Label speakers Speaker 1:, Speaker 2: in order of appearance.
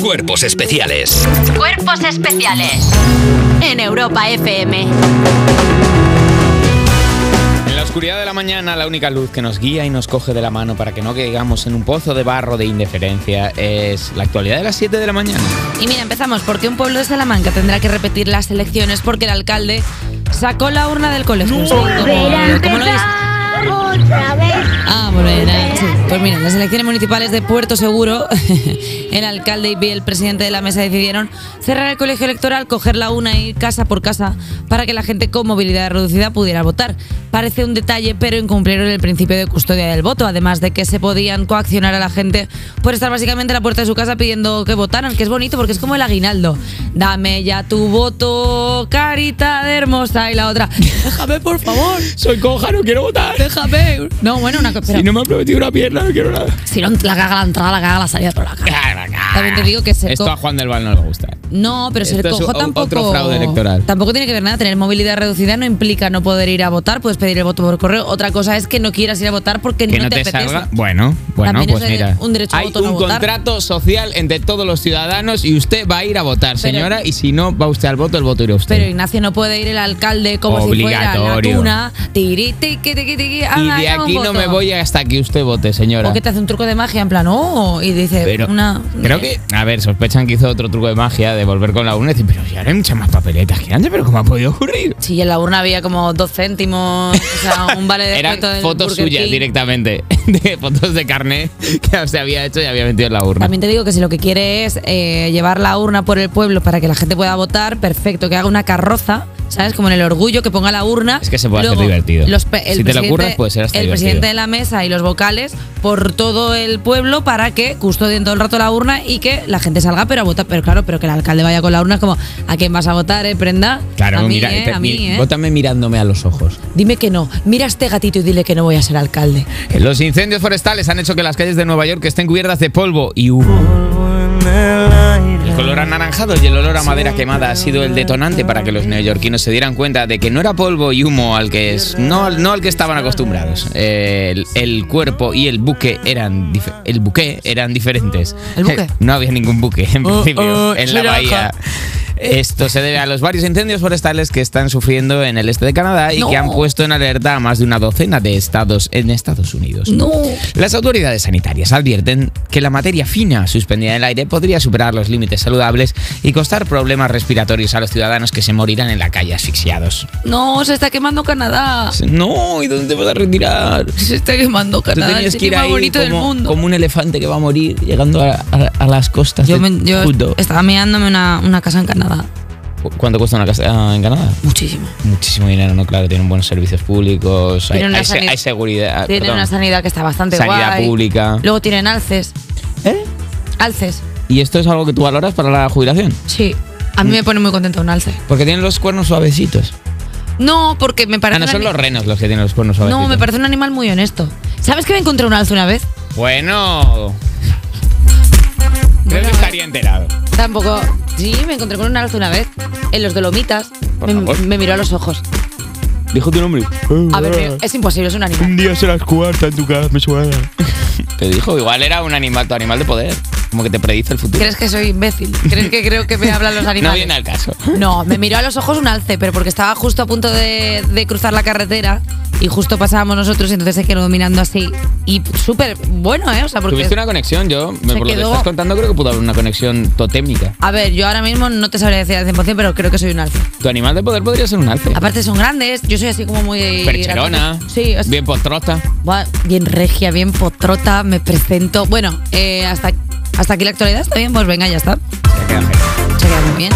Speaker 1: Cuerpos especiales.
Speaker 2: Cuerpos especiales. En Europa FM.
Speaker 3: En la oscuridad de la mañana, la única luz que nos guía y nos coge de la mano para que no caigamos en un pozo de barro de indiferencia es la actualidad de las 7 de la mañana.
Speaker 4: Y mira, empezamos porque un pueblo de Salamanca tendrá que repetir las elecciones porque el alcalde sacó la urna del colegio. Un segundo, ¿Cómo lo ves?
Speaker 5: Otra vez.
Speaker 4: Ah, bueno, era- sí. Pues mira, en las elecciones municipales de Puerto Seguro, el alcalde y el presidente de la mesa decidieron cerrar el colegio electoral, coger la una y ir casa por casa para que la gente con movilidad reducida pudiera votar. Parece un detalle, pero incumplieron el principio de custodia del voto, además de que se podían coaccionar a la gente por estar básicamente en la puerta de su casa pidiendo que votaran, que es bonito porque es como el aguinaldo. Dame ya tu voto, carita de hermosa, y la otra, déjame por favor.
Speaker 3: Soy coja, no quiero votar.
Speaker 4: Déjame. No, bueno, una cosa.
Speaker 3: Si no me han prometido una pierna, no quiero nada.
Speaker 4: Si no, la caga la entrada, la caga la salida, pero la caga. También te digo que ser
Speaker 3: Esto
Speaker 4: co-
Speaker 3: a Juan del Val no le gusta. ¿eh?
Speaker 4: No, pero ser
Speaker 3: Esto es
Speaker 4: cojo
Speaker 3: o-
Speaker 4: tampoco.
Speaker 3: otro fraude electoral.
Speaker 4: Tampoco tiene que ver nada. Tener movilidad reducida no implica no poder ir a votar. Puedes pedir el voto por correo. Otra cosa es que no quieras ir a votar porque
Speaker 3: Que
Speaker 4: no,
Speaker 3: no te,
Speaker 4: apetece.
Speaker 3: salga. Bueno, bueno,
Speaker 4: También
Speaker 3: pues
Speaker 4: es
Speaker 3: mira.
Speaker 4: un derecho a
Speaker 3: Hay
Speaker 4: voto no
Speaker 3: un
Speaker 4: votar.
Speaker 3: contrato social entre todos los ciudadanos y usted va a ir a votar,
Speaker 4: Pero-
Speaker 3: señora. y si no va usted al voto, el voto irá a usted.
Speaker 4: Pero Ignacio no puede ir el alcalde como si fuera la
Speaker 3: Obligatorio.
Speaker 4: tuna. Tiri, tiqui, tiqui, tiqui. Ah,
Speaker 3: y de
Speaker 4: dame un
Speaker 3: aquí no
Speaker 4: voto.
Speaker 3: me voy hasta que usted vote, señora.
Speaker 4: O que te hace un truco de magia en plan, oh, y dice
Speaker 3: Pero
Speaker 4: una.
Speaker 3: creo que, a ver, sospechan que hizo otro truco de magia de volver con la urna y decir, pero si ahora hay muchas más papeletas que antes, pero ¿cómo ha podido ocurrir?
Speaker 4: Sí, en la urna había como dos céntimos, o sea, un vale de
Speaker 3: Eran
Speaker 4: descuento del
Speaker 3: fotos
Speaker 4: Burger
Speaker 3: suyas
Speaker 4: King.
Speaker 3: directamente, de fotos de carnet que se había hecho y había metido en la urna.
Speaker 4: También te digo que si lo que quiere es eh, llevar la urna por el pueblo para que la gente pueda votar, perfecto, que haga una carroza, ¿sabes? Como en el orgullo, que ponga la urna.
Speaker 3: Es que se puede hacer
Speaker 4: Luego,
Speaker 3: divertido.
Speaker 4: los pe- el
Speaker 3: Si te lo
Speaker 4: presidente-
Speaker 3: curras, puede ser hasta
Speaker 4: El
Speaker 3: divertido.
Speaker 4: presidente de la mesa y los vocales por todo el pueblo para que custodien todo el rato la urna y que la gente salga pero a votar. Pero claro, pero que el alcalde vaya con la urna es como, ¿a quién vas a votar, eh, prenda?
Speaker 3: Claro,
Speaker 4: a mí,
Speaker 3: mira,
Speaker 4: eh,
Speaker 3: te-
Speaker 4: a
Speaker 3: mi-
Speaker 4: mí, eh.
Speaker 3: bótame mirándome a los ojos.
Speaker 4: Dime que no. Mira a este gatito y dile que no voy a ser alcalde.
Speaker 3: Los incendios forestales han hecho que las calles de Nueva York estén cubiertas de polvo y humo. El color anaranjado y el olor a madera quemada ha sido el detonante para que los neoyorquinos se dieran cuenta de que no era polvo y humo al que es, no, al- no al que estaban acostumbrados. El, el cuerpo y el buque eran dif- el buque eran diferentes.
Speaker 4: ¿El buque?
Speaker 3: No había ningún buque en
Speaker 4: Oh,
Speaker 3: principio
Speaker 4: oh,
Speaker 3: en la
Speaker 4: soy
Speaker 3: bahía.
Speaker 4: naranja.
Speaker 3: Esto se debe a los varios incendios forestales que están sufriendo en el este de Canadá y
Speaker 4: No.
Speaker 3: que han puesto en alerta a más de una docena de estados en Estados Unidos.
Speaker 4: No.
Speaker 3: Las autoridades sanitarias advierten que la materia fina suspendida en el aire podría superar los límites saludables y costar problemas respiratorios a los ciudadanos que se morirán en la calle asfixiados.
Speaker 4: No, se está quemando Canadá.
Speaker 3: No, ¿y dónde te vas a retirar?
Speaker 4: Se está quemando
Speaker 3: Tú
Speaker 4: Canadá,
Speaker 3: tenías
Speaker 4: el
Speaker 3: que ir
Speaker 4: sitio más
Speaker 3: ahí
Speaker 4: bonito del
Speaker 3: como-
Speaker 4: mundo.
Speaker 3: como un elefante que va a morir llegando a, a- a las costas
Speaker 4: Yo,
Speaker 3: de
Speaker 4: me- yo
Speaker 3: Kuto.
Speaker 4: estaba mirándome una, una casa en Canadá.
Speaker 3: ¿Cuánto cuesta una casa ah, en Canadá?
Speaker 4: Muchísimo.
Speaker 3: Muchísimo dinero, no, claro, tienen buenos servicios públicos, hay,
Speaker 4: Tienen una
Speaker 3: hay se-
Speaker 4: sanidad-
Speaker 3: hay seguridad.
Speaker 4: Tienen
Speaker 3: Ah, perdón.
Speaker 4: una sanidad que está bastante
Speaker 3: Sanidad
Speaker 4: guay.
Speaker 3: pública.
Speaker 4: Luego tienen alces.
Speaker 3: ¿Eh?
Speaker 4: Alces,
Speaker 3: ¿Y esto es algo que tú valoras para la jubilación?
Speaker 4: sí. A mí me pone muy contenta un alce.
Speaker 3: Porque tienen los cuernos suavecitos.
Speaker 4: No, porque me
Speaker 3: Ah,
Speaker 4: parece.
Speaker 3: no,
Speaker 4: un
Speaker 3: son
Speaker 4: ani-
Speaker 3: los renos los que tienen los cuernos suavecitos.
Speaker 4: no, me parece un animal muy honesto. ¿Sabes que me encontré un alce una vez?
Speaker 3: Bueno. Creo que estaría enterado.
Speaker 4: Tampoco. Sí, me encontré con un alce una vez. En los Dolomitas.
Speaker 3: Por
Speaker 4: Me,
Speaker 3: favor.
Speaker 4: me miró a los ojos.
Speaker 3: Dijo tu nombre.
Speaker 4: A ver, me- es imposible, es un animal.
Speaker 6: Un día serás cuarta en tu casa, me suena.
Speaker 3: Te dijo, igual era un animal, tu animal de poder. Como que te predice el futuro.
Speaker 4: ¿Crees que soy imbécil? ¿Crees que creo que me hablan los animales?
Speaker 3: No viene al caso.
Speaker 4: No, me miró a los ojos un alce, pero porque estaba justo a punto de, de cruzar la carretera y justo pasábamos nosotros y entonces se quedó mirando así. Y súper bueno, ¿eh? O sea, porque...
Speaker 3: Tuviste una conexión, yo, me-
Speaker 4: Se
Speaker 3: por lo que
Speaker 4: quedó-
Speaker 3: estás contando, creo que pudo haber una conexión totémica.
Speaker 4: A ver, yo ahora mismo no te sabría decir al 100%, pero creo que soy un alce.
Speaker 3: Tu animal de poder podría ser un alce.
Speaker 4: Aparte son grandes, yo soy así como muy...
Speaker 3: Percherona,
Speaker 4: grande. Sí, o sea,
Speaker 3: bien postrota.
Speaker 4: buah, bien regia, bien potrota, me presento. Bueno, eh, hasta, hasta aquí la actualidad está bien, pues venga, ya está. Se queda muy bien.